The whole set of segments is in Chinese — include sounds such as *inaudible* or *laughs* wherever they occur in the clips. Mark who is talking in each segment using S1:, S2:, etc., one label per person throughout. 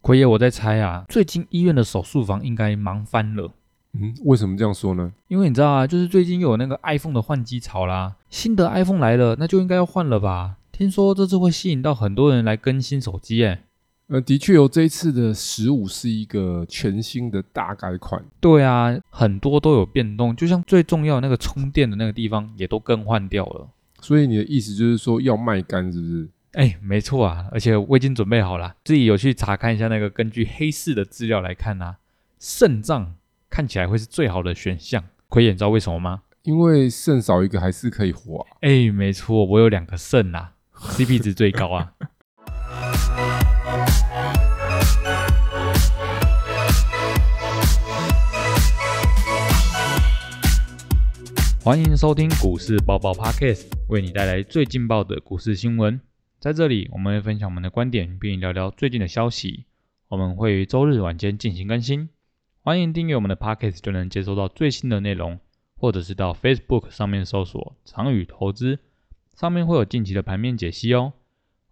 S1: 奎爷，我在猜啊，最近医院的手术房应该忙翻了。
S2: 嗯，为什么这样说呢？
S1: 因为你知道啊，就是最近有那个 iPhone 的换机潮啦，新的 iPhone 来了，那就应该要换了吧？听说这次会吸引到很多人来更新手机，诶。
S2: 呃，的确有这一次的十五是一个全新的大改款，
S1: 对啊，很多都有变动，就像最重要的那个充电的那个地方也都更换掉了。
S2: 所以你的意思就是说要卖干，是不是？
S1: 哎，没错啊，而且我已经准备好了，自己有去查看一下那个根据黑市的资料来看啊，肾脏看起来会是最好的选项。奎爷，你知道为什么吗？
S2: 因为剩少一个还是可以活啊。
S1: 哎，没错，我有两个肾啊，CP 值最高啊。欢迎收听股市爆爆 Podcast，为你带来最劲爆的股市新闻。在这里，我们会分享我们的观点，并聊聊最近的消息。我们会于周日晚间进行更新。欢迎订阅我们的 Podcast，就能接收到最新的内容，或者是到 Facebook 上面搜索“长宇投资”，上面会有近期的盘面解析哦。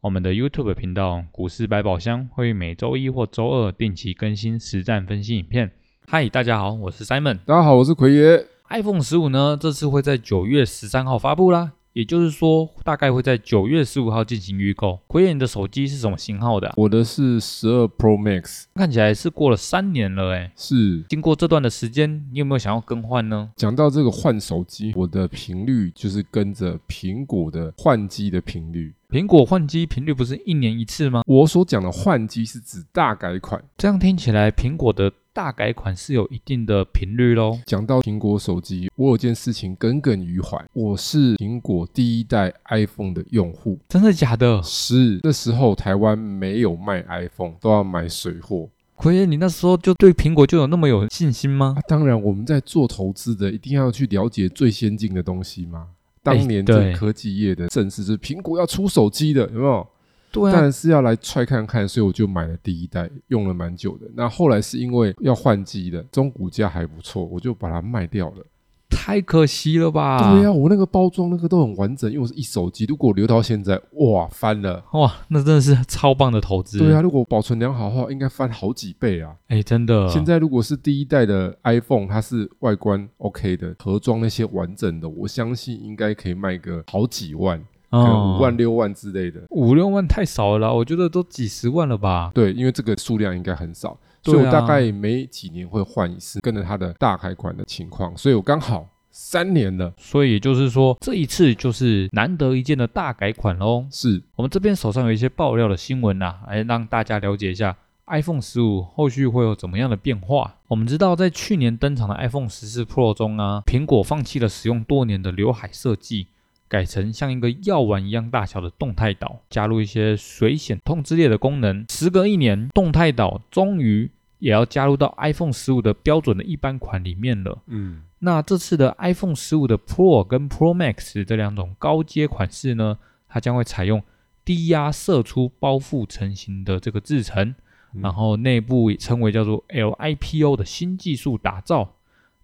S1: 我们的 YouTube 频道“股市百宝箱”会每周一或周二定期更新实战分析影片。嗨，大家好，我是 Simon。
S2: 大家好，我是奎爷。
S1: iPhone 十五呢，这次会在九月十三号发布啦，也就是说，大概会在九月十五号进行预购。奎爷，你的手机是什么型号的啊、
S2: 我的是十二 Pro Max，
S1: 看起来是过了三年了诶。
S2: 是
S1: 经过这段的时间，你有没有想要更换呢？
S2: 讲到这个换手机，我的频率就是跟着苹果的换机的频率。
S1: 苹果换机频率不是一年一次吗？
S2: 我所讲的换机是指大改款。
S1: 这样听起来，苹果的大改款是有一定的频率喽。
S2: 讲到苹果手机，我有件事情耿耿于怀。我是苹果第一代 iPhone 的用户，
S1: 真的假的？
S2: 是那时候台湾没有卖 iPhone，都要买水货。
S1: 奎爷，你那时候就对苹果就有那么有信心吗
S2: 啊？，当然我们在做投资的，一定要去了解最先进的东西嘛。当年
S1: 哎对
S2: 这科技业的正式是苹果要出手机的，有没有？
S1: 对
S2: 当
S1: 啊，
S2: 然是要来踹看看，所以我就买了第一代，用了蛮久的。那后来是因为要换机的，中古价还不错，我就把它卖掉了。
S1: 太可惜了吧？
S2: 对呀、我那个包装那个都很完整，因为我是一手机，如果留到现在，哇，翻了。
S1: 哇，那真的是超棒的投资。
S2: 对啊，，如果保存良好的话，应该翻好几倍啊！
S1: 哎，真的。
S2: 现在如果是第一代的 iPhone，它是外观 OK 的，盒装那些完整的，我相信应该可以卖个好几万，可能
S1: 哦
S2: 五万六万之类的。
S1: 五六万太少了啦，我觉得都几十万了吧。
S2: 对，因为这个数量应该很少，
S1: 对
S2: 所
S1: 啊
S2: 以我大概每几年会换一次，跟着它的大改款的情况，所以我刚好三年了，
S1: 所以也就是说，这一次就是难得一见的大改款喽。
S2: 是
S1: 我们这边手上有一些爆料的新闻呐、来让大家了解一下 iPhone 十五后续会有怎么样的变化。我们知道，在去年登场的 iPhone 十四 Pro 中啊，苹果放弃了使用多年的刘海设计，改成像一个药丸一样大小的动态岛，加入一些水显痛之类的功能。时隔一年，动态岛终于也要加入到 iPhone 十五的标准的一般款里面了。
S2: 嗯，
S1: 那这次的 iPhone 十五的 Pro 跟 Pro Max 这两种高阶款式呢，它将会采用低压射出包覆成型的这个制成，
S2: 嗯
S1: 然后内部也称为叫做 LIPO 的新技术打造。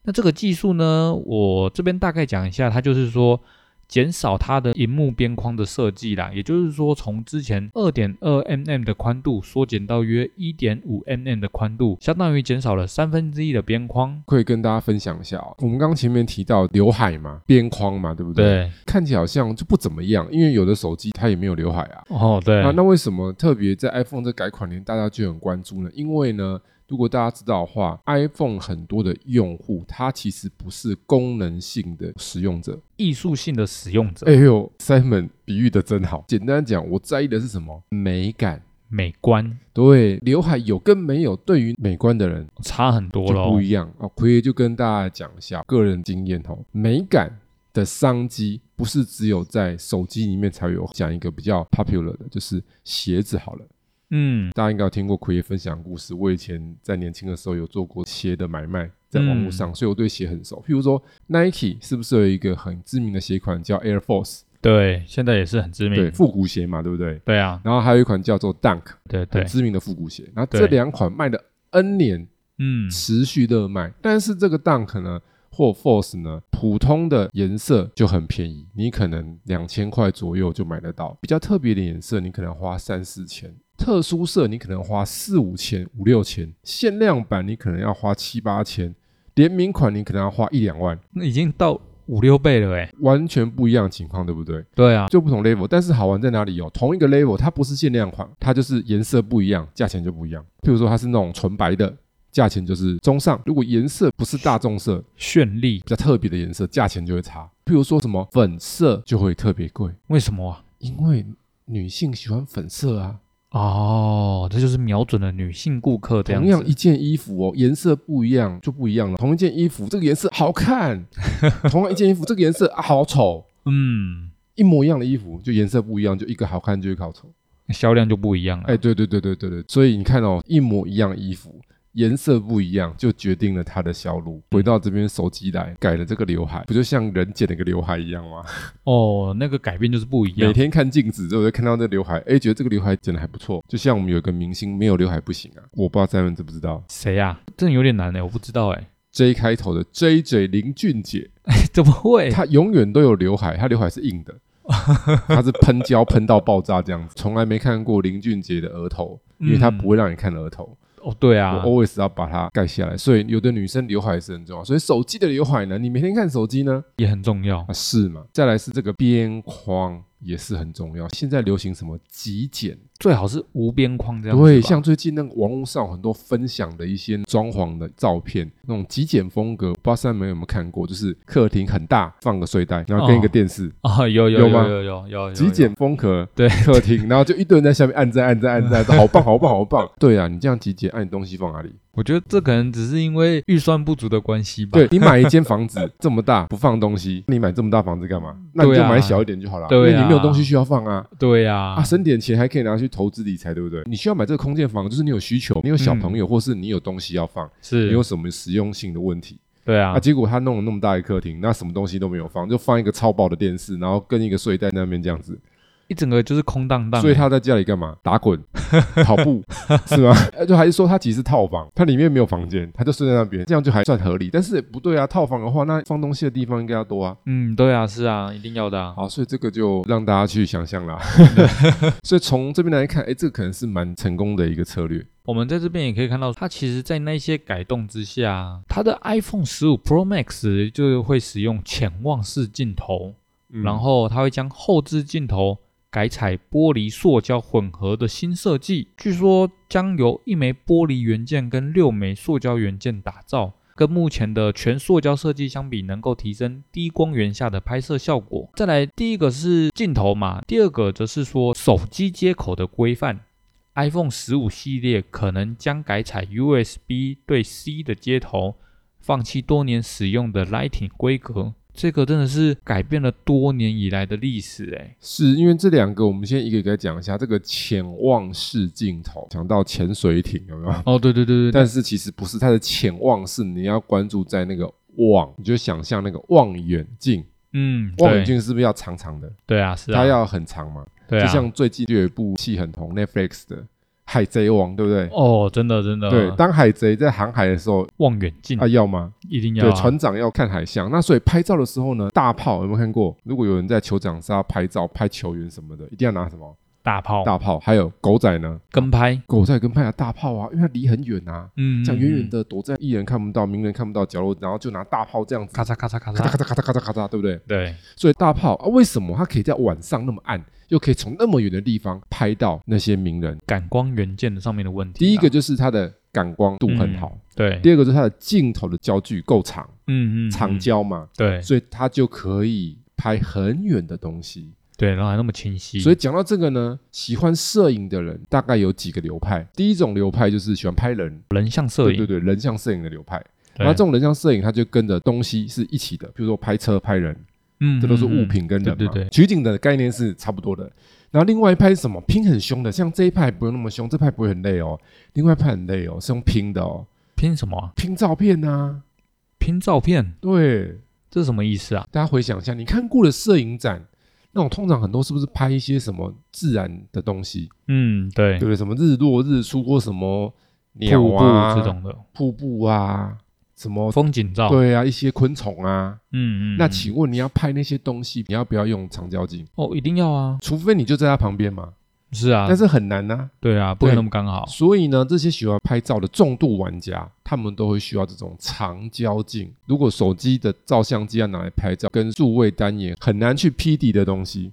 S1: 那这个技术呢，我这边大概讲一下，它就是说减少它的荧幕边框的设计啦，也就是说从之前二点二 mm 的宽度缩减到约一点五 mm 的宽度，相当于减少了三分之一的边框。
S2: 可以跟大家分享一下哦。我们刚刚前面提到刘海嘛，边框嘛，对不对？
S1: 对，
S2: 看起来好像就不怎么样，因为有的手机它也没有刘海啊。
S1: 哦，对，
S2: 啊，那为什么特别在 iPhone 这改款年大家就很关注呢？因为呢，如果大家知道的话，iPhone 很多的用户他其实不是功能性的使用者。
S1: 艺术性的使用者、
S2: 哎呦，Simon 比喻的真好。简单讲，我在意的是什么？美感。
S1: 美观
S2: 对，刘海有跟没有，对于美观的人
S1: 差很多
S2: 就
S1: 咯。
S2: 不一样啊。奎爷就跟大家讲一下个人经验哦，美感的商机不是只有在手机里面才有。讲一个比较 popular 的，就是鞋子好了。
S1: 嗯，
S2: 大家应该有听过奎爷分享的故事。我以前在年轻的时候有做过鞋的买卖，在网络上，
S1: 嗯
S2: 所以我对鞋很熟。譬如说 Nike 是不是有一个很知名的鞋款叫 Air Force？
S1: 对，现在也是很知名。
S2: 对，复古鞋嘛，对不对？
S1: 对啊，
S2: 然后还有一款叫做 Dunk，
S1: 对对
S2: 很，知名的复古鞋。然后
S1: 对
S2: 这两款卖了 N 年，
S1: 嗯，
S2: 持续热卖。但是这个 Dunk 呢，或 Force 呢，普通的颜色就很便宜，你可能两千块左右就买得到。比较特别的颜色，你可能花三四千。特殊色你可能花四五千、五六千，限量版你可能要花七八千，联名款你可能要花一两万，
S1: 那已经到五六倍了哎。
S2: 完全不一样的情况，对不对？
S1: 对啊，
S2: 就不同 level，但是好玩在哪里哦？同一个 level，它不是限量款，它就是颜色不一样，价钱就不一样。譬如说它是那种纯白的，价钱就是中上；如果颜色不是大众色，
S1: 绚丽，
S2: 比较特别的颜色，价钱就会差。譬如说什么粉色就会特别贵，
S1: 为什么啊？
S2: 因为女性喜欢粉色啊。
S1: 哦，这就是瞄准了女性顾客这样
S2: 同样一
S1: 子。
S2: 件衣服哦，颜色不一样就不一样了。同一件衣服，这个颜色
S1: *laughs*
S2: 好看；同样一件衣服，这个颜色、啊、好丑。
S1: 嗯，
S2: 一模一样的衣服，就颜色不一样，就一个好看，就一个好丑。
S1: 销量就不一样了。
S2: 哎，对对对对对对，所以你看哦，一模一样衣服，颜色不一样，就决定了它的销路。
S1: 嗯
S2: 回到这边手机来改了这个刘海，不就像人剪了个刘海一样吗？
S1: 哦，那个改变就是不一样
S2: 每。天看镜子之后就看到这刘海，哎，觉得这个刘海剪的还不错。就像我们有一个明星没有刘海不行啊，我不知道在们知不知道
S1: 谁呀、啊？真的有点难哎，我不知道
S2: *laughs*
S1: 哎，
S2: J 开头的 J J 林俊杰，
S1: 怎么会？
S2: 她永远都有刘海，她刘海是
S1: *laughs*
S2: 硬的。她是喷胶喷到爆炸这样子，从来没看过林俊杰的额头，因为她
S1: 嗯
S2: 不会让你看额头。
S1: 哦，对啊，
S2: 我 always 要把它盖下来。所以有的女生刘海是很重要，所以手机的刘海呢，你每天看手机呢
S1: 也很重要
S2: 啊。是嘛？再来是这个边框也是很重要。现在流行什么极简？
S1: 最好是无边框这啊样子吧。
S2: 对，像最近那个网络上有很多分享的一些装潢的照片，那种极简风格，不知道三妹有没有看过？就是客厅很大，放个睡袋，然后跟一个电视。
S1: 啊、有有
S2: 有吗
S1: 有有有有
S2: 极简风格
S1: 对
S2: 客厅，然后就一堆人在下面按赞按赞按赞，好棒好棒好
S1: *laughs*
S2: 棒！对啊，你这样极简，按、你东西放哪里？
S1: 我觉得这可能只是因为预算不足的关系吧。
S2: 对你买一间房子
S1: *laughs*
S2: 这么大不放东西，你买这么大房子干嘛？那你
S1: 对
S2: 就
S1: 啊
S2: 买小一点就好了，
S1: 对
S2: 因为你
S1: 啊
S2: 没有东西需要放啊。
S1: 对呀、
S2: 啊，省点钱还可以拿去投资理财，对不
S1: 嗯
S2: 对？你需要买这个空间房，就是你有需求，你有小朋友，或是你有东西要放，你
S1: 是
S2: 有，什么实用性的问题
S1: 对啊
S2: 啊？，结果他弄了那么大一客厅，那什么东西都没有放，就放一个超薄的电视，然后跟一个睡袋在那边这样子，
S1: 一整个就是空荡荡、
S2: 所以
S1: 欸
S2: 他在家里干嘛？打滚、 *laughs* 跑步，是吗？ *laughs* 呃就还是说他其实套房，他里面没有房间，他就睡在那边，这样就还算合理。但是不对啊，套房的话，那放东西的地方应该要多啊。
S1: 嗯，对啊，是啊，一定要的啊。
S2: 好，所以这个就让大家去想象
S1: *laughs*
S2: 啦。 *laughs* 所以从这边来看，哎，这个可能是蛮成功的一个策略。
S1: 我们在这边也可以看到，它其实，在那些改动之下，它的 iPhone 十五 Pro Max 就会使用潜望式镜头，
S2: 嗯
S1: 然后它会将后置镜头改采玻璃塑胶混合的新设计，据说将由一枚玻璃元件跟六枚塑胶元件打造。跟目前的全塑胶设计相比，能够提升低光源下的拍摄效果。再来，第一个是镜头嘛，第二个则是说手机接口的规范。iPhone 十五系列可能将改采 USB 对 C 的接头，放弃多年使用的 Lighting 规格。这个真的是改变了多年以来的历史哎。
S2: 是因为这两个，我们先一个一个讲一下。这个潜望式镜头，讲到潜水艇有没有？
S1: 哦，对对对对，
S2: 但是其实不是，它的潜望是你要关注在那个望，你就想象那个望远镜，
S1: 嗯，
S2: 望远
S1: 对
S2: 镜是不是要长长的？
S1: 对啊，是啊，
S2: 它要很长嘛？
S1: 对啊，
S2: 就像最近就有一部戏很红，Netflix 的《海贼王》，对不对？
S1: 哦，真的真的，
S2: 对，当海贼在航海的时候，
S1: 望远镜
S2: 啊，要吗？
S1: 一定嗯要
S2: 对，
S1: 啊
S2: 船长要看海象。那所以拍照的时候呢，大炮有没有看过？如果有人在球场上拍照、拍球员什么的，一定要拿什么
S1: 大炮
S2: 大炮？还有狗仔呢，
S1: 跟拍，
S2: 狗仔跟拍啊大炮啊，因为它离很远啊，
S1: 嗯，
S2: 这样远远
S1: 嗯，
S2: 的躲在艺人看不到、名人看不到角落，然后就拿大炮这样
S1: 嗯
S2: 子。
S1: 咔嚓咔嚓咔
S2: 咔
S1: 嚓，
S2: 嚓咔嚓咔嚓咔嚓咔嚓，对不对？
S1: 对，
S2: 所以大炮啊，为什么它可以在晚上那么暗，又可以从那么远的地方拍到那些名人？
S1: 感光元件上面的问题啊。
S2: 第一个就是它的感光度很
S1: 嗯
S2: 好，
S1: 对，
S2: 第二个就是它的镜头的焦距够长，
S1: 嗯嗯，
S2: 长
S1: 嗯，
S2: 焦嘛，
S1: 对
S2: 所以它就可以拍很远的东西。
S1: 对，然后还那么清晰，
S2: 所以讲到这个呢，喜欢摄影的人大概有几个流派。第一种流派就是喜欢拍人，
S1: 人像摄
S2: 对
S1: 影，
S2: 对对，人像摄影的流派。
S1: 对
S2: 那这种人像摄影，它就跟着东西是一起的，比如说拍车、拍人，
S1: 嗯，
S2: 这都是物
S1: 嗯，
S2: 品跟人嘛。
S1: 对对对
S2: 取景的概念是差不多的。然后另外一派是什么？拼很凶的，像这一派不用那么凶，这派不会很累哦。另外一派很累哦，是用拼的哦，
S1: 拼什么啊？
S2: 拼照片啊。
S1: 拼照片，
S2: 对，
S1: 这是什么意思啊？
S2: 大家回想一下，你看过的摄影展，那种通常很多是不是拍一些什么自然的东西，
S1: 嗯，对
S2: 对不，对？什么日落、日出或什么鸟
S1: 瀑布
S2: 啊、
S1: 这种的
S2: 瀑布啊，什么
S1: 风景照，
S2: 对啊，一些昆虫啊。
S1: 嗯，嗯嗯，
S2: 那请问你要拍那些东西，你要不要用长焦镜？
S1: 哦，一定要啊，
S2: 除非你就在它旁边嘛，
S1: 是啊
S2: 但，是很难呐、
S1: 对啊，不可能
S2: 对
S1: 那么刚好。
S2: 所以呢，这些喜欢拍照的重度玩家，他们都会需要这种长焦镜。如果手机的照相机要拿来拍照，跟数位单眼很难去匹敌的东西，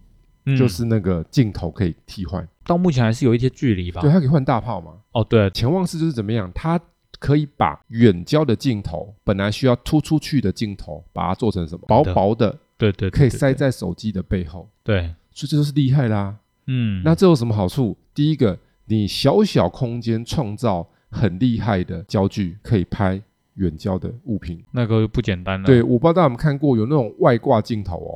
S1: 嗯
S2: 就是那个镜头可以替换。
S1: 到目前还是有一些距离吧
S2: 对，。它可以换大炮嘛。
S1: 哦，对，
S2: 潜望式就是怎么样，它可以把远焦的镜头，本来需要突出去的镜头，把它做成什么薄
S1: 的
S2: 薄的，
S1: 对对，对
S2: 可以
S1: 对
S2: 塞
S1: 对
S2: 在手机的背后，
S1: 对，
S2: 所以这就是厉害啦、
S1: 嗯，
S2: 那这有什么好处？第一个，你小小空间创造很厉害的焦距，可以拍远焦的物品。
S1: 那个不简单了。
S2: 对，，我不知道大家有没有看过，有那种外挂镜头哦。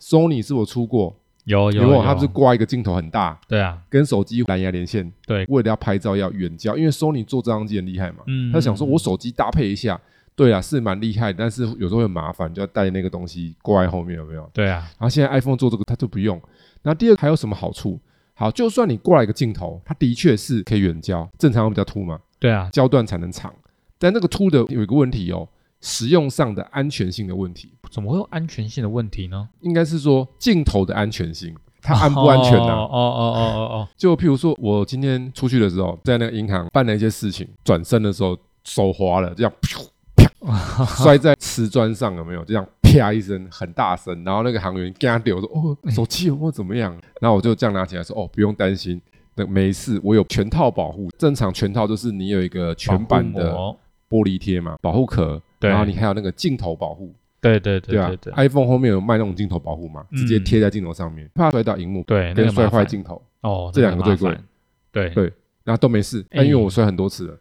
S2: Sony 是我出过，
S1: 有有啊
S2: 有没有？它不是挂一个镜头很大，
S1: 对啊，
S2: 跟手机蓝牙连线。
S1: 对
S2: 为了要拍照要远焦，因为 Sony 做这张机很厉害嘛，
S1: 嗯，
S2: 他想说我手机搭配一下。对啊，是蛮厉害的，但是有时候会很麻烦，就要带那个东西挂在后面，有没有？
S1: 对啊，
S2: 然后现在 iPhone 做这个，它就不用。那第二个还有什么好处？好，就算你过来一个镜头，它的确是可以远焦，正常会比较凸嘛，
S1: 对啊，
S2: 焦段才能长。但那个凸的有一个问题哦，使用上的安全性的问题，
S1: 怎么会有安全性的问题呢？
S2: 应该是说镜头的安全性，它安不安全啊呢、
S1: 哦哦哦哦哦哦，
S2: 就譬如说，我今天出去的时候，在那个银行办了一些事情，转身的时候手滑了，
S1: *laughs*
S2: 这样噗啪摔在瓷砖上，有没有？这样啪一声，很大声，然后那个行员跟他丢说：“哦，手机有没有怎么样？”然后我就这样拿起来说：“哦，不用担心。”那没事，我有全套保护。正常全套就是你有一个全版
S1: 保护
S2: 的
S1: 膜
S2: 玻璃贴嘛，保护壳，
S1: 对
S2: 然后你还有那个镜头保护，
S1: 对对对
S2: 啊
S1: 对对
S2: i p h o n e 后面有卖那种镜头保护嘛，
S1: 嗯
S2: 直接贴在镜头上面，怕摔到荧幕，
S1: 对，哎那
S2: 跟
S1: 个
S2: 摔
S1: 麻
S2: 坏
S1: 烦
S2: 镜头。
S1: 哦，
S2: 这
S1: 那
S2: 两个
S1: 麻
S2: 最贵
S1: 烦，对
S2: 对然后都没事，啊但因为
S1: 哎
S2: 我摔很多次了。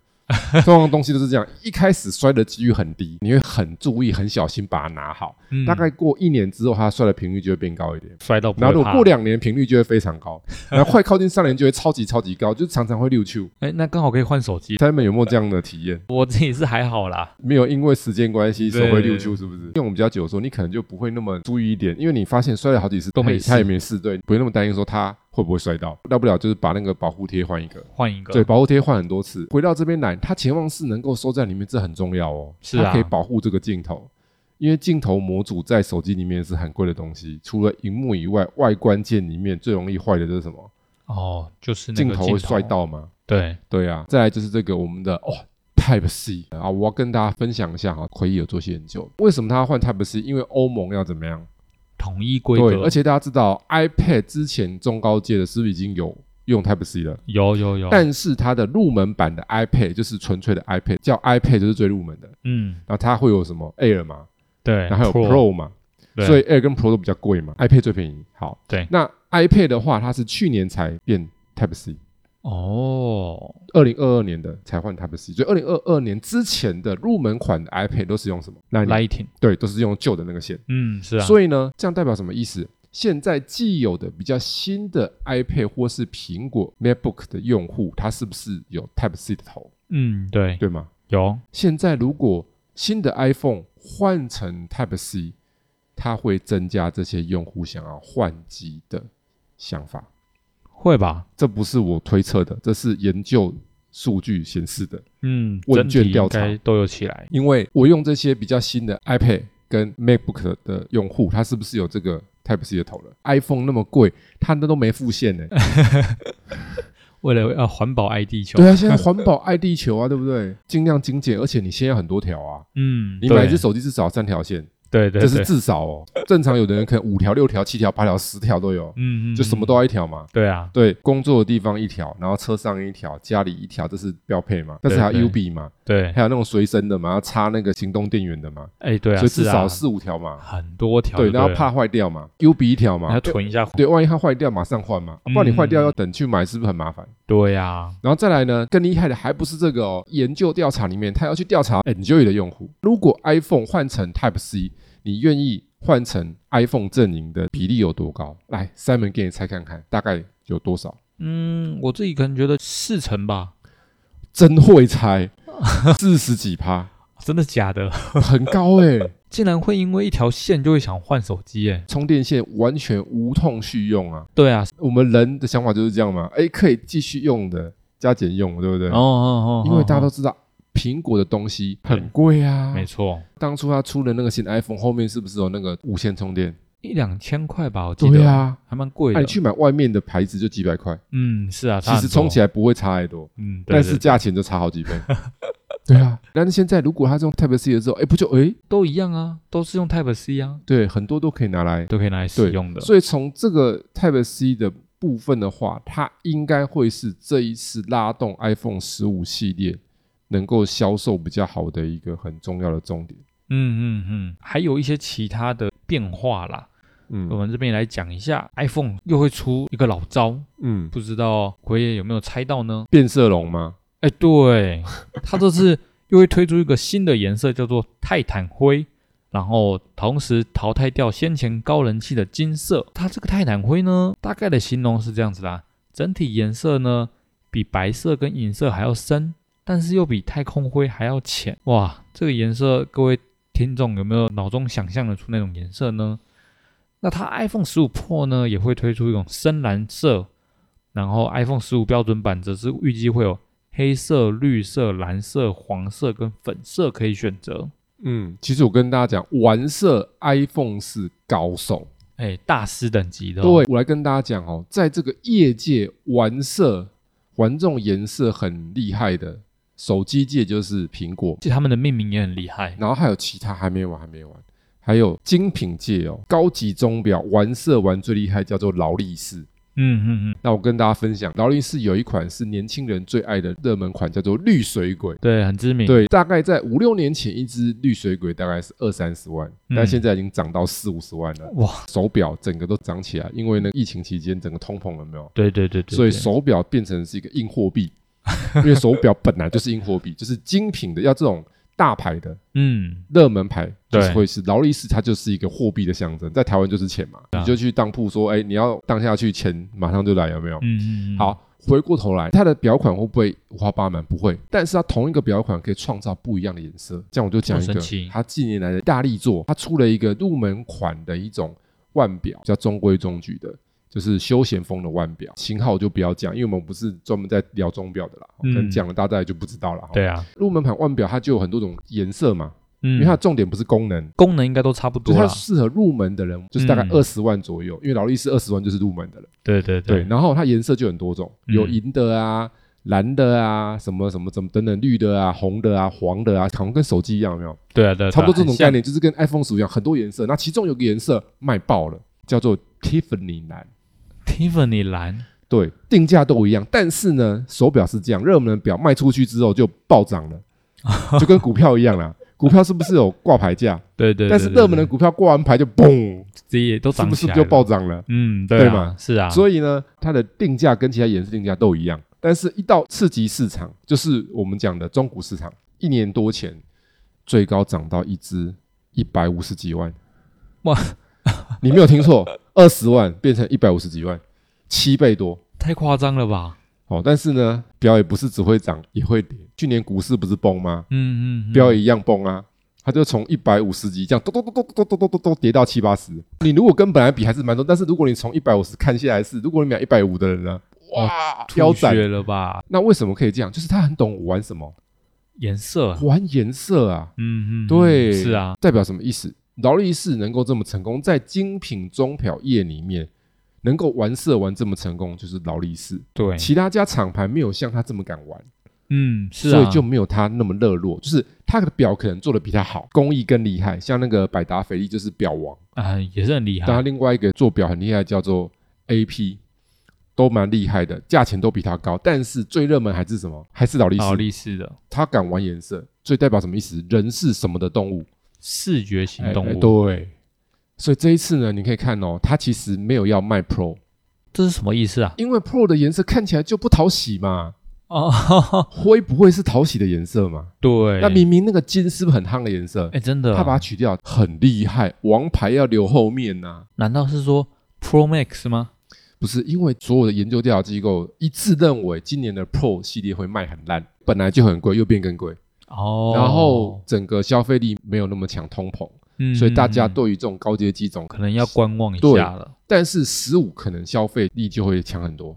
S2: 通常东西都是这样，一开始摔的几率很低，你会很注意、很小心把它拿好。
S1: 嗯
S2: 大概过一年之后，它摔的频率就会变高一点。
S1: 摔到不
S2: 然后
S1: 会
S2: 如
S1: 怕
S2: 果过两年，频率就会非
S1: *laughs*
S2: 常高，然后快靠近三年就会超级超级高，就常常会溜球。
S1: 哎，那刚好可以换手机。
S2: 他们有没有这样的体验？
S1: 我自己是还好啦，
S2: 没有，因为时间关系手
S1: 对
S2: 会溜球，是不是？因为我们比较久的时候，你可能就不会那么注意一点，因为你发现摔了好几次
S1: 都没
S2: 他也
S1: 事
S2: 他也没事，对，不会那么担心说他会不会摔到，大不了就是把那个保护贴换一个。
S1: 换一个。
S2: 对，保护贴换很多次。回到这边来，它潜望式能够收在里面，这很重要哦。
S1: 是啊
S2: 它可以保护这个镜头，因为镜头模组在手机里面是很贵的东西。除了荧幕以外，外观件里面最容易坏的就是什么？
S1: 哦，就是那
S2: 镜
S1: 个
S2: 头会摔。到吗？
S1: 对，
S2: 对啊，再来就是这个我们的哦。Type C 啊，我要跟大家分享一下哈，奎伊有做些研究，为什么他要换 Type C？因为欧盟要怎么样？
S1: 统一规
S2: 对，
S1: 格
S2: 而，且大家知道 iPad 之前中高阶的是不是已经有用 Type C 了？
S1: 有有有。
S2: 但是它的入门版的 iPad 就是纯粹的 iPad，叫 iPad 就是最入门的。
S1: 嗯，
S2: 然后它会有什么 Air 嘛，
S1: 对，
S2: 然后还有 Pro 嘛，
S1: 对
S2: 所以 Air 跟 Pro 都比较贵嘛，iPad 最便宜。好，
S1: 对
S2: 那 iPad 的话，它是去年才变 Type C，
S1: 哦，
S2: 二零二二年的才换 Type C，所以二零二二年之前的入门款的 iPad 都是用什么？那你
S1: Lighting，
S2: 对，都是用旧的那个线。
S1: 嗯，是啊，
S2: 所以呢，这样代表什么意思？现在既有的比较新的 iPad 或是苹果 MacBook 的用户，它是不是有 Type C 的头？
S1: 嗯，对，
S2: 对吗？
S1: 有，
S2: 现在如果新的 iPhone 换成 Type C，它会增加这些用户想要换机的想法。
S1: 会吧？
S2: 这不是我推测的，这是研究数据显示的。
S1: 嗯，
S2: 问
S1: 整体
S2: 卷调查
S1: 应该都有起来。
S2: 因为我用这些比较新的 iPad 跟 MacBook 的用户，它是不是有这个 Type C 的头了？iPhone 那么贵，它那都没付现呢、
S1: 为了要环保爱地球，
S2: 对啊，现在环保爱地球啊，对不对？尽量精简，而且你现在很多条啊，
S1: 嗯，
S2: 你买一
S1: 对
S2: 只手机至少三条线。
S1: 对对，
S2: 这是
S1: 对
S2: 至少哦。正常有的人可能五条、六条、七条、八条、十条都有，
S1: 嗯嗯，
S2: 就什
S1: 嗯
S2: 么都要一条嘛。
S1: 对啊，
S2: 对，工作的地方一条，然后车上一条，家里一条，这是标配嘛。但是还有
S1: 对
S2: U
S1: 对
S2: B 嘛，
S1: 对，
S2: 还有那种随身的嘛，要插那个行动电源的嘛，
S1: 哎，对啊，
S2: 所以至
S1: 是啊
S2: 少四五条嘛。
S1: 很多条就
S2: 对，
S1: 了，
S2: 然后怕坏掉嘛，U B 一条
S1: 还嗯
S2: 嘛
S1: 要。囤一下，
S2: 对，万一它坏掉，马上换嘛，不然你坏掉要等去买，是不是很麻烦？
S1: 对啊呀，
S2: 然后再来呢，更厉害的还不是这个哦。研究调查里面，他要去调查 Enjoy 的用户，如果 iPhone 换成 Type C，你愿意换成 iPhone 阵营的比例有多高？来，Simon 给你猜看看，大概有多少？
S1: 嗯，我自己可能觉得四成吧，
S2: 真会猜，四十几趴，
S1: 真的假的？
S2: 很高哎、
S1: 竟然会因为一条线就会想换手机？哎，
S2: 充电线完全无痛续用啊！
S1: 对啊，
S2: 我们人的想法就是这样嘛，哎，可以继续用的，加减用，对不对？
S1: 哦哦哦，
S2: 因为大家
S1: 哦
S2: 都知道，苹果的东西很贵啊，
S1: 没错，
S2: 当初他出的那个新 iPhone 后面是不是有那个无线充电？
S1: 一两千块吧，我记
S2: 对
S1: 得，
S2: 啊，
S1: 还蛮贵
S2: 那
S1: 的
S2: 你。去买外面的牌子就几百块，
S1: 嗯，是啊，
S2: 其实冲起
S1: 来，
S2: 来不会差太多，
S1: 嗯，对
S2: 但
S1: 对
S2: 是价钱就差好几倍。 *laughs* 对啊，但是现在如果它是用 Type C 的时候，哎，不就哎，
S1: 都一样啊，都是用 Type C 啊，
S2: 对，很多都可以拿来
S1: 都可以拿来使
S2: 对
S1: 用的。
S2: 所以从这个 Type C 的部分的话，它应该会是这一次拉动 iPhone 十五系列能够销售比较好的一个很重要的重点。
S1: 嗯嗯嗯，还有一些其他的变化啦，我
S2: 嗯
S1: 们这边也来讲一下，iPhone 又会出一个老招，
S2: 嗯，
S1: 不知道奎爷有没有猜到呢？
S2: 变色龙吗？
S1: 哎，对，它这次又会推出一个新的颜色，叫做泰坦灰，然后同时淘汰掉先前高人气的金色。它这个泰坦灰呢，大概的形容是这样子啦，整体颜色呢比白色跟银色还要深，但是又比太空灰还要浅。哇，这个颜色各位听众有没有脑中想象得出那种颜色呢？那它 iPhone 十五 Pro 呢也会推出一种深蓝色，然后 iPhone 十五标准版则是预计会有黑色、绿色、蓝色、黄色跟粉色可以选择。
S2: 嗯，其实我跟大家讲，玩色 iPhone 是高手。
S1: 哎，大师等级的、
S2: 对，我来跟大家讲哦，在这个业界玩色、玩这种颜色很厉害的手机界就是苹果，
S1: 对，他们的命名也很厉害。
S2: 然后还有其他还没完，还没完，还有精品界哦，高级钟表玩色玩最厉害，叫做劳力士。
S1: 嗯嗯嗯，
S2: 那我跟大家分享，劳力士有一款是年轻人最爱的热门款，叫做绿水鬼。
S1: 对，很知名。，
S2: 对，大概在五六年前，一只绿水鬼大概是二三十万，
S1: 嗯
S2: 但现在已经涨到四五十万了。
S1: 哇，
S2: 手表整个都涨起来，因为呢，疫情期间整个通膨有没有？
S1: 对对对对，
S2: 所以
S1: 对
S2: 手表变成是一个硬
S1: *laughs*
S2: 货币，因为手表本来就是硬货币，就是精品的，要这种大牌的，
S1: 嗯，
S2: 热门牌就
S1: 对
S2: 是会是劳力士，它就是一个货币的象征，在台湾就是钱嘛，
S1: 啊
S2: 你就去当铺说，哎，你要当下去，钱马上就来，有没有？
S1: 嗯嗯嗯，
S2: 好，回过头来，它的表款会不会五花八门？不会，但是它同一个表款可以创造不一样的颜色。这样我就讲一
S1: 好
S2: 个
S1: 神奇，
S2: 它近年来的大力作，它出了一个入门款的一种腕表，叫中规中矩的。就是休闲风的腕表，型号我就不要讲，因为我们不是专门在聊钟表的啦，可
S1: 嗯
S2: 能讲了大家也就不知道了。
S1: 对，啊，
S2: 入门款腕表它就有很多种颜色嘛，
S1: 嗯，
S2: 因为它的重点不是功能，
S1: 功能应该都差不
S2: 就
S1: 多
S2: 是它
S1: 啦。
S2: 适合入门的人，就是大概
S1: 嗯
S2: 二十万左右，因为劳力士二十万就是入门的了。
S1: 对对
S2: 对，，然后它颜色就很多种，有
S1: 嗯
S2: 银的啊、蓝的啊、什么什么什么等等，绿的啊、红的啊、黄的啊，好像跟手机一样，有没有？
S1: 对啊对啊，
S2: 差不多
S1: 对
S2: 这
S1: 啊
S2: 种概。念，就是跟 iPhone 十一样，很多颜色。那其中有个颜色卖爆了，叫做 Tiffany 蓝。
S1: 很像 Tiffany 蓝，
S2: 对，定价都一样，但是呢，手表是这样，热门的表卖出去之后就暴涨了，
S1: *laughs*
S2: 就跟股票一样啦。股票是不是有挂牌价？
S1: 对对，对
S2: 但是热门的股票挂完牌就嘣，
S1: 这也都
S2: 是
S1: 涨
S2: 不
S1: 起
S2: 是
S1: 来
S2: 就
S1: 了
S2: 暴涨了？
S1: 嗯，
S2: 对
S1: 对
S2: 嘛
S1: 嘛，是啊，
S2: 所以呢，它的定价跟其他颜色定价都一样，但是一到次级市场，就是我们讲的中古市场，一年多前最高涨到一只一百五十几万，
S1: 哇！
S2: 你没有听错，二十万变成一百五十几万，七倍多。
S1: 太夸张了吧？
S2: 哦，但是呢，表也不是只会涨，也会跌。去年股市不是崩吗？
S1: 嗯嗯，嗯
S2: 标也一样崩啊，它就从一百五十级这样咚咚咚咚咚咚咚咚咚跌到七八十。你如果跟本来比还是蛮多，但是如果你从一百五十看下来是，如果你买一百五的人呢，哇，腰
S1: 吐
S2: 斩。
S1: 血了吧？
S2: 那为什么可以这样？就是他很懂我玩什么，
S1: 颜色啊，
S2: 玩颜色啊，
S1: 嗯嗯，嗯
S2: 对
S1: 是啊，
S2: 代表什么意思？劳力士能够这么成功，在精品钟表业里面能够玩色玩这么成功，就是劳力士。
S1: 对，
S2: 其他家厂牌没有像他这么敢玩。
S1: 嗯，是
S2: 所
S1: 啊，
S2: 以就没有他那么热络。就是他的表可能做的比他好，工艺更厉害。像那个百达翡丽就是表王，
S1: 啊也是很厉
S2: 但他
S1: 害，
S2: 另外一个做表很厉害，叫做 AP，都蛮厉害的，价钱都比他高。但是最热门还是什么？还是劳力
S1: 劳
S2: 士，
S1: 力士的
S2: 他敢玩颜色，所以代表什么意思？人是什么的动物？
S1: 视觉型动
S2: 哎哎
S1: 物，
S2: 对。所以这一次呢，你可以看哦，他其实没有要卖 Pro，
S1: 这是什么意思啊？
S2: 因为 Pro 的颜色看起来就不讨喜嘛，
S1: 哦，
S2: 灰不会是讨喜的颜色嘛？
S1: 对，
S2: 那明明那个金是不是很夯的颜色？
S1: 哎真的啊，
S2: 他把它取掉，很厉害，王牌要留后面呐、
S1: 难道是说 Pro Max 吗？
S2: 不是因为所有的研究调查机构一致认为，今年的 Pro 系列会卖很烂，本来就很贵，又变更贵，
S1: 哦，
S2: 然后整个消费力没有那么强通膨，
S1: 嗯
S2: 所以大
S1: 嗯
S2: 家
S1: 嗯
S2: 对于这种高阶机种，
S1: 可能要观望一
S2: 对
S1: 下了。
S2: 但是十五可能消费力就会强很多，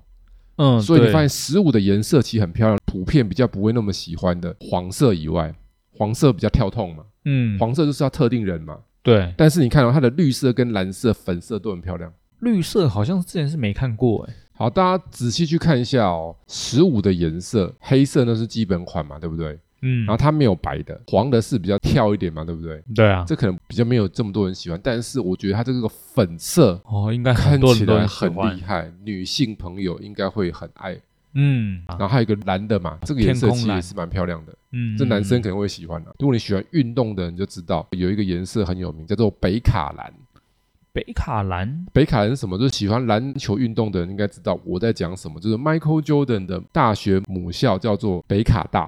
S1: 嗯，
S2: 所以你
S1: 对
S2: 发现十五的颜色其实很漂亮，普遍比较不会那么喜欢的黄色以外，黄色比较跳痛嘛，
S1: 嗯，
S2: 黄色就是要特定人嘛，
S1: 对，
S2: 但是你看到、哦它的绿色跟蓝色、粉色都很漂亮。
S1: 绿色好像之前是没看过哎、
S2: 好，大家仔细去看一下哦，十五的颜色，黑色那是基本款嘛，对不对？
S1: 嗯
S2: 然后它没有白的，黄的是比较跳一点嘛，对不对？
S1: 对啊，
S2: 这可能比较没有这么多人喜欢，但是我觉得它这个粉色
S1: 哦，应该很
S2: 看
S1: 多
S2: 起
S1: 人都
S2: 来
S1: 喜
S2: 很
S1: 欢
S2: 厉，害，女性朋友应该会很爱。
S1: 嗯，啊
S2: 然后还有一个蓝的嘛，这个颜色
S1: 天空
S2: 其实也
S1: 蓝
S2: 是蛮漂亮的，
S1: 嗯，
S2: 这男生可能会喜欢的、啊如果你喜欢运动的，你就知道有一个颜色很有名，叫做北卡蓝。
S1: 北卡蓝，
S2: 北卡人是什么？就是喜欢篮球运动的人应该知道我在讲什么。就是 Michael Jordan 的大学母校叫做北卡大，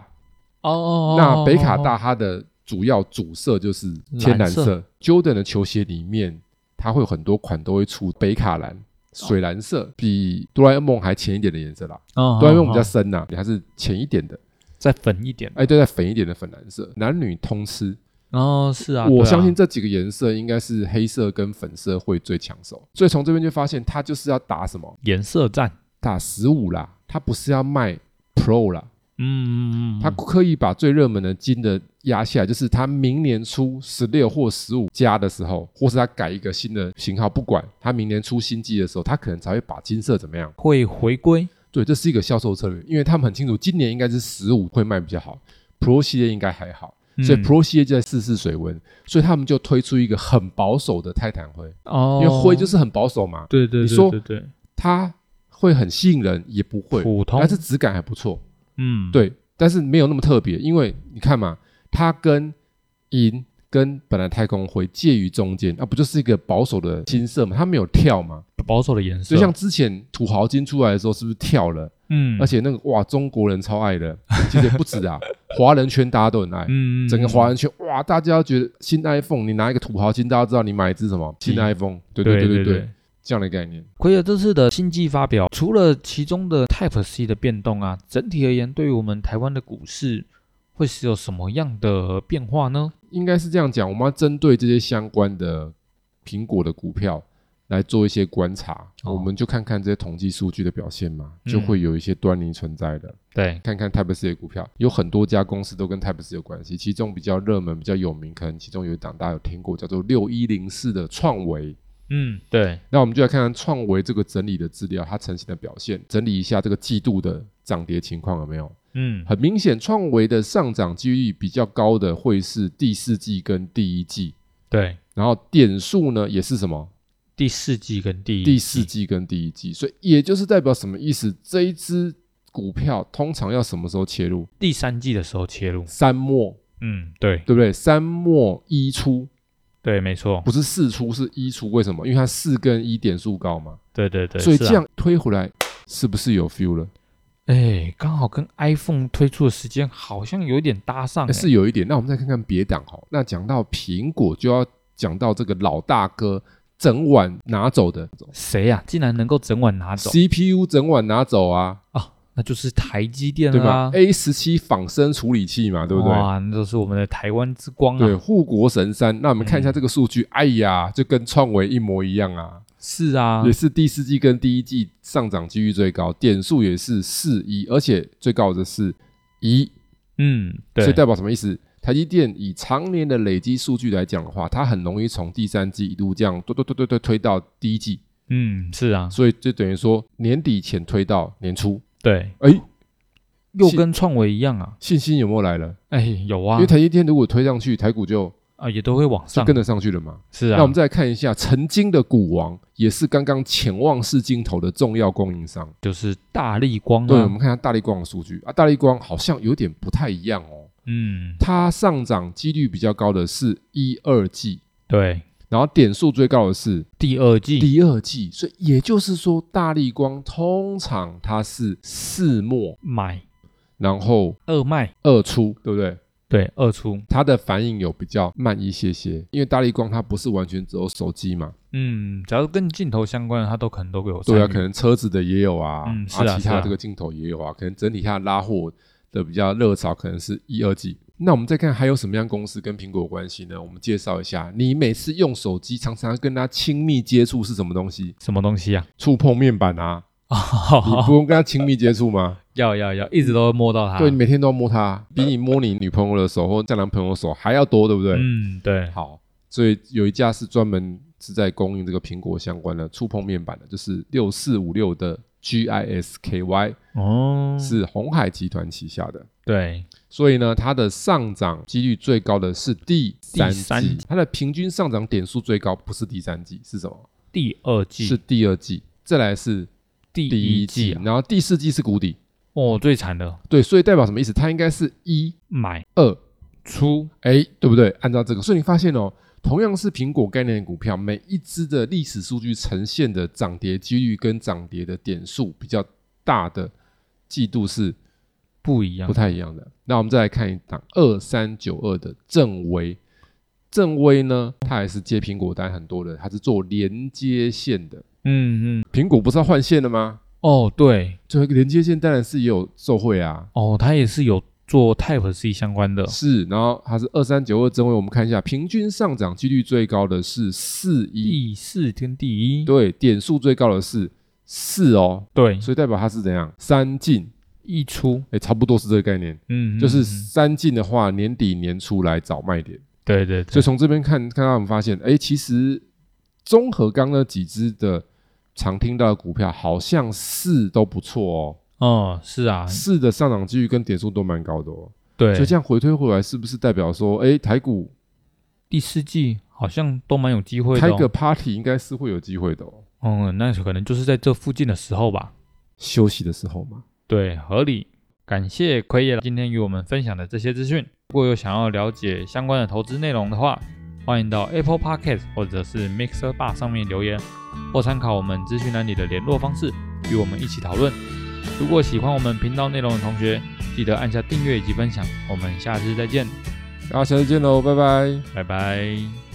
S1: 哦哦
S2: 那北卡大它的主要主色就是天蓝色。
S1: 蓝
S2: Jordan 的球鞋里面，它会有很多款都会出北卡
S1: 哦
S2: 蓝、水蓝色，比哆啦 A 梦还浅一点的颜色啦。
S1: 哦
S2: 哆啦 A 梦比较深呐、你还是浅一点的。
S1: 再粉一点，
S2: 哎，对，再粉一点的粉蓝色，男女通吃。
S1: 哦，是啊，
S2: 我
S1: 对啊
S2: 相信这几个颜色应该是黑色跟粉色会最抢手，所以从这边就发现它就是要打什么？
S1: 颜色战，
S2: 打十五啦，它不是要卖 Pro 啦，
S1: 嗯，嗯嗯
S2: 它刻意把最热门的金的压下来，就是它明年出十六或十五加的时候，或是它改一个新的型号，不管它明年出新机的时候，它可能才会把金色怎么样？
S1: 会回归，
S2: 对，这是一个销售策略，因为他们很清楚今年应该是十五会卖比较好，Pro 系列应该还好。所以
S1: 嗯
S2: Pro 系列就在试试水温，所以他们就推出一个很保守的泰坦灰，
S1: 哦，
S2: 因为灰就是很保守嘛，
S1: 对对
S2: 你
S1: 对
S2: 说
S1: 对对，
S2: 它会很吸引人，也不会，
S1: 普通
S2: 但是质感还不错，
S1: 嗯，
S2: 对，但是没有那么特别，因为你看嘛，它跟银跟本来太空灰介于中间，啊那、不就是一个保守的金色嘛，它没有跳嘛，
S1: 保守的颜色，
S2: 所以像之前土豪金出来的时候，是不是跳了？
S1: 啊嗯，
S2: 而且那个哇，中国人超爱的，其实也不止啊，华人圈大家都很爱，
S1: 嗯，嗯
S2: 整个
S1: 嗯
S2: 华人圈，哇，大家觉得新 iPhone，你拿一个土豪金，大家知道你买一只什么新
S1: 嗯
S2: iPhone，对
S1: 对
S2: 对
S1: 对
S2: 对对，这样的概念。
S1: 奎尔这次的新机发表，除了其中的 Type C 的变动啊，整体而言，对于我们台湾的股市会是有什么样的变化呢？
S2: 应该是这样讲，我们要针对这些相关的苹果的股票来做一些观察，
S1: 哦
S2: 我们就看看这些统计数据的表现嘛，
S1: 嗯
S2: 就会有一些端倪存在的。
S1: 对，
S2: 看看 Type C 的股票，有很多家公司都跟 Type C 有关系，其中比较热门、比较有名，可能其中有一档大家有听过，叫做六一零四的创维。
S1: 嗯，对，
S2: 那我们就来看看创维这个整理的资料，它呈现的表现，整理一下这个季度的涨跌情况有没有？
S1: 嗯，
S2: 很明显，创维的上涨几率比较高的会是第四季跟第一季，
S1: 对，
S2: 然后点数呢也是什么
S1: 第四季跟第一
S2: 第四季跟第一季，所以也就是代表什么意思？这一只股票通常要什么时候切入？
S1: 第三季的时候切入，
S2: 三末，
S1: 嗯，对，
S2: 对不对？三末一出，
S1: 对，没错，
S2: 不是四出，是一出。为什么？因为它四跟一点数高嘛，
S1: 对对对，
S2: 所以
S1: 是啊
S2: 这样推回来是不是有 feel 了？
S1: 哎，刚好跟 iPhone 推出的时间好像有点搭上、
S2: 欸
S1: 哎
S2: 是有一点。那我们再看看别档好。那讲到苹果，就要讲到这个老大哥整晚拿走的
S1: 谁呀、竟然能够整晚拿走，
S2: CPU，整晚拿走啊，
S1: 那就是台积电
S2: 对
S1: 啦、
S2: 吧？A 十七仿生处理器嘛，对不对？
S1: 哇，那都是我们的台湾之光啊！嗯
S2: 对，护国神山。那我们看一下这个数据，哎呀，就跟创维一模一样啊，
S1: 是啊
S2: 也，是第四季跟第一季上涨几率最高，点数也是四一，而且最高的是一，
S1: 嗯，对，
S2: 所以代表什么意思？台积电以常年的累积数据来讲的话，它很容易从第三季一路这样推推推推推推到第一季，
S1: 嗯，是啊，
S2: 所以就等于说年底前推到年初，
S1: 对，
S2: 哎，
S1: 又
S2: 是
S1: 跟创维一样啊，
S2: 信心有没有来了？
S1: 哎，有啊
S2: 因为，台积电如果推上去，台股就
S1: 啊，也都会往
S2: 就
S1: 上，
S2: 跟得上去了嘛。
S1: 是啊，
S2: 那我们再来看一下曾经的股王，也是刚刚潜望式镜头的重要供应商。
S1: 就是大力光
S2: 对，我
S1: 啊，
S2: 们看下大力光的数据啊，大力光好像有点不太一样哦，
S1: 嗯，
S2: 它上涨几率比较高的是一二季，
S1: 对，
S2: 然后点数最高的是
S1: 第二季，
S2: 第二季，所以也就是说，大力光通常它是四末，
S1: 买
S2: 然后
S1: 二卖，
S2: 二出，对不对？
S1: 对，二出，
S2: 它的反应有比较慢一些些，因为大力光它不是完全只有手机嘛，
S1: 嗯，只要是跟镜头相关的，它都可能都给我参与，
S2: 对啊，可能车子的也有啊，
S1: 嗯是啊
S2: 其
S1: 是
S2: 他
S1: 啊
S2: 这个镜头也有啊，可能整体它拉货的比较热潮可能是一二季。那我们再看还有什么样公司跟苹果有关系呢？我们介绍一下，你每次用手机常常跟它亲密接触是什么东西？
S1: 什么东
S2: *laughs*
S1: 西啊？
S2: 触碰面板啊，
S1: 哦
S2: 你不用跟它亲密接触吗？
S1: *laughs* 要要要，一直都摸到它，
S2: 对，你每天都要摸它，比你摸你女朋友的手或再男朋友的手还要多，对不对？
S1: 嗯，对，
S2: 好，所以有一家是专门是在供应这个苹果相关的触碰面板的，就是六四五六的 GISKY，
S1: 哦，
S2: 是红海集团旗下的。
S1: 对，
S2: 所以呢，它的上涨几率最高的是第三季，
S1: 三季
S2: 它的平均上涨点数最高不是第三季，是什么？
S1: 第二季
S2: 是第二季，再来是
S1: 第
S2: 第一季，
S1: 季啊，
S2: 然后第四季是谷底。
S1: 哦，最惨的
S2: 对，所以代表什么意思？它应该是一
S1: 买
S2: 二，
S1: 出
S2: 哎，对不对？按照这个，所以你发现哦，同样是苹果概念股票，每一只的历史数据呈现的涨跌几率跟涨跌的点数比较大的季度是
S1: 不一样
S2: 不，太一样的。那我们再来看一档二三九二的正威，正威呢，它还是接苹果单很多的，它是做连接线的。
S1: 嗯嗯，
S2: 苹果不是要换线了吗？
S1: 哦对，
S2: 这个连接线当然是也有受惠啊，
S1: 哦，它也是有做 Type C 相关的，
S2: 是。然后它是二三九二正威，我们看一下，平均上涨几率最高的是四一，
S1: 第四跟第一，
S2: 对，点数最高的是四哦，
S1: 对，
S2: 所以代表它是怎样三进，
S1: 一出，
S2: 哎，差不多是这个概念，
S1: 嗯，
S2: 就
S1: 嗯
S2: 是
S1: 嗯
S2: 三进的话，年底年初来找卖点。
S1: 对对
S2: 所以
S1: 对，
S2: 从这边看，看到我们发现，哎，其实综合刚那几只的常听到的股票，好像四都不错哦，
S1: 哦是啊，
S2: 四的上涨几率跟点数都蛮高的哦。
S1: 对，
S2: 所以这样回推回来，是不是代表说，哎，台股
S1: 第四季好像都蛮有机会的、
S2: 开
S1: 哦，
S2: 个 party 应该是会有机会的哦？
S1: 嗯，那可能就是在这附近的时候吧。
S2: 休息的时候嘛，
S1: 对，合理。感谢奎爷今天与我们分享的这些资讯。如果有想要了解相关的投资内容的话，欢迎到 Apple Podcast 或者是 Mixer Bar 上面留言，或参考我们资讯栏里的联络方式，与我们一起讨论。如果喜欢我们频道内容的同学，记得按下订阅以及分享。我们下次再见，
S2: 大家下次见喽，拜拜。
S1: 拜拜。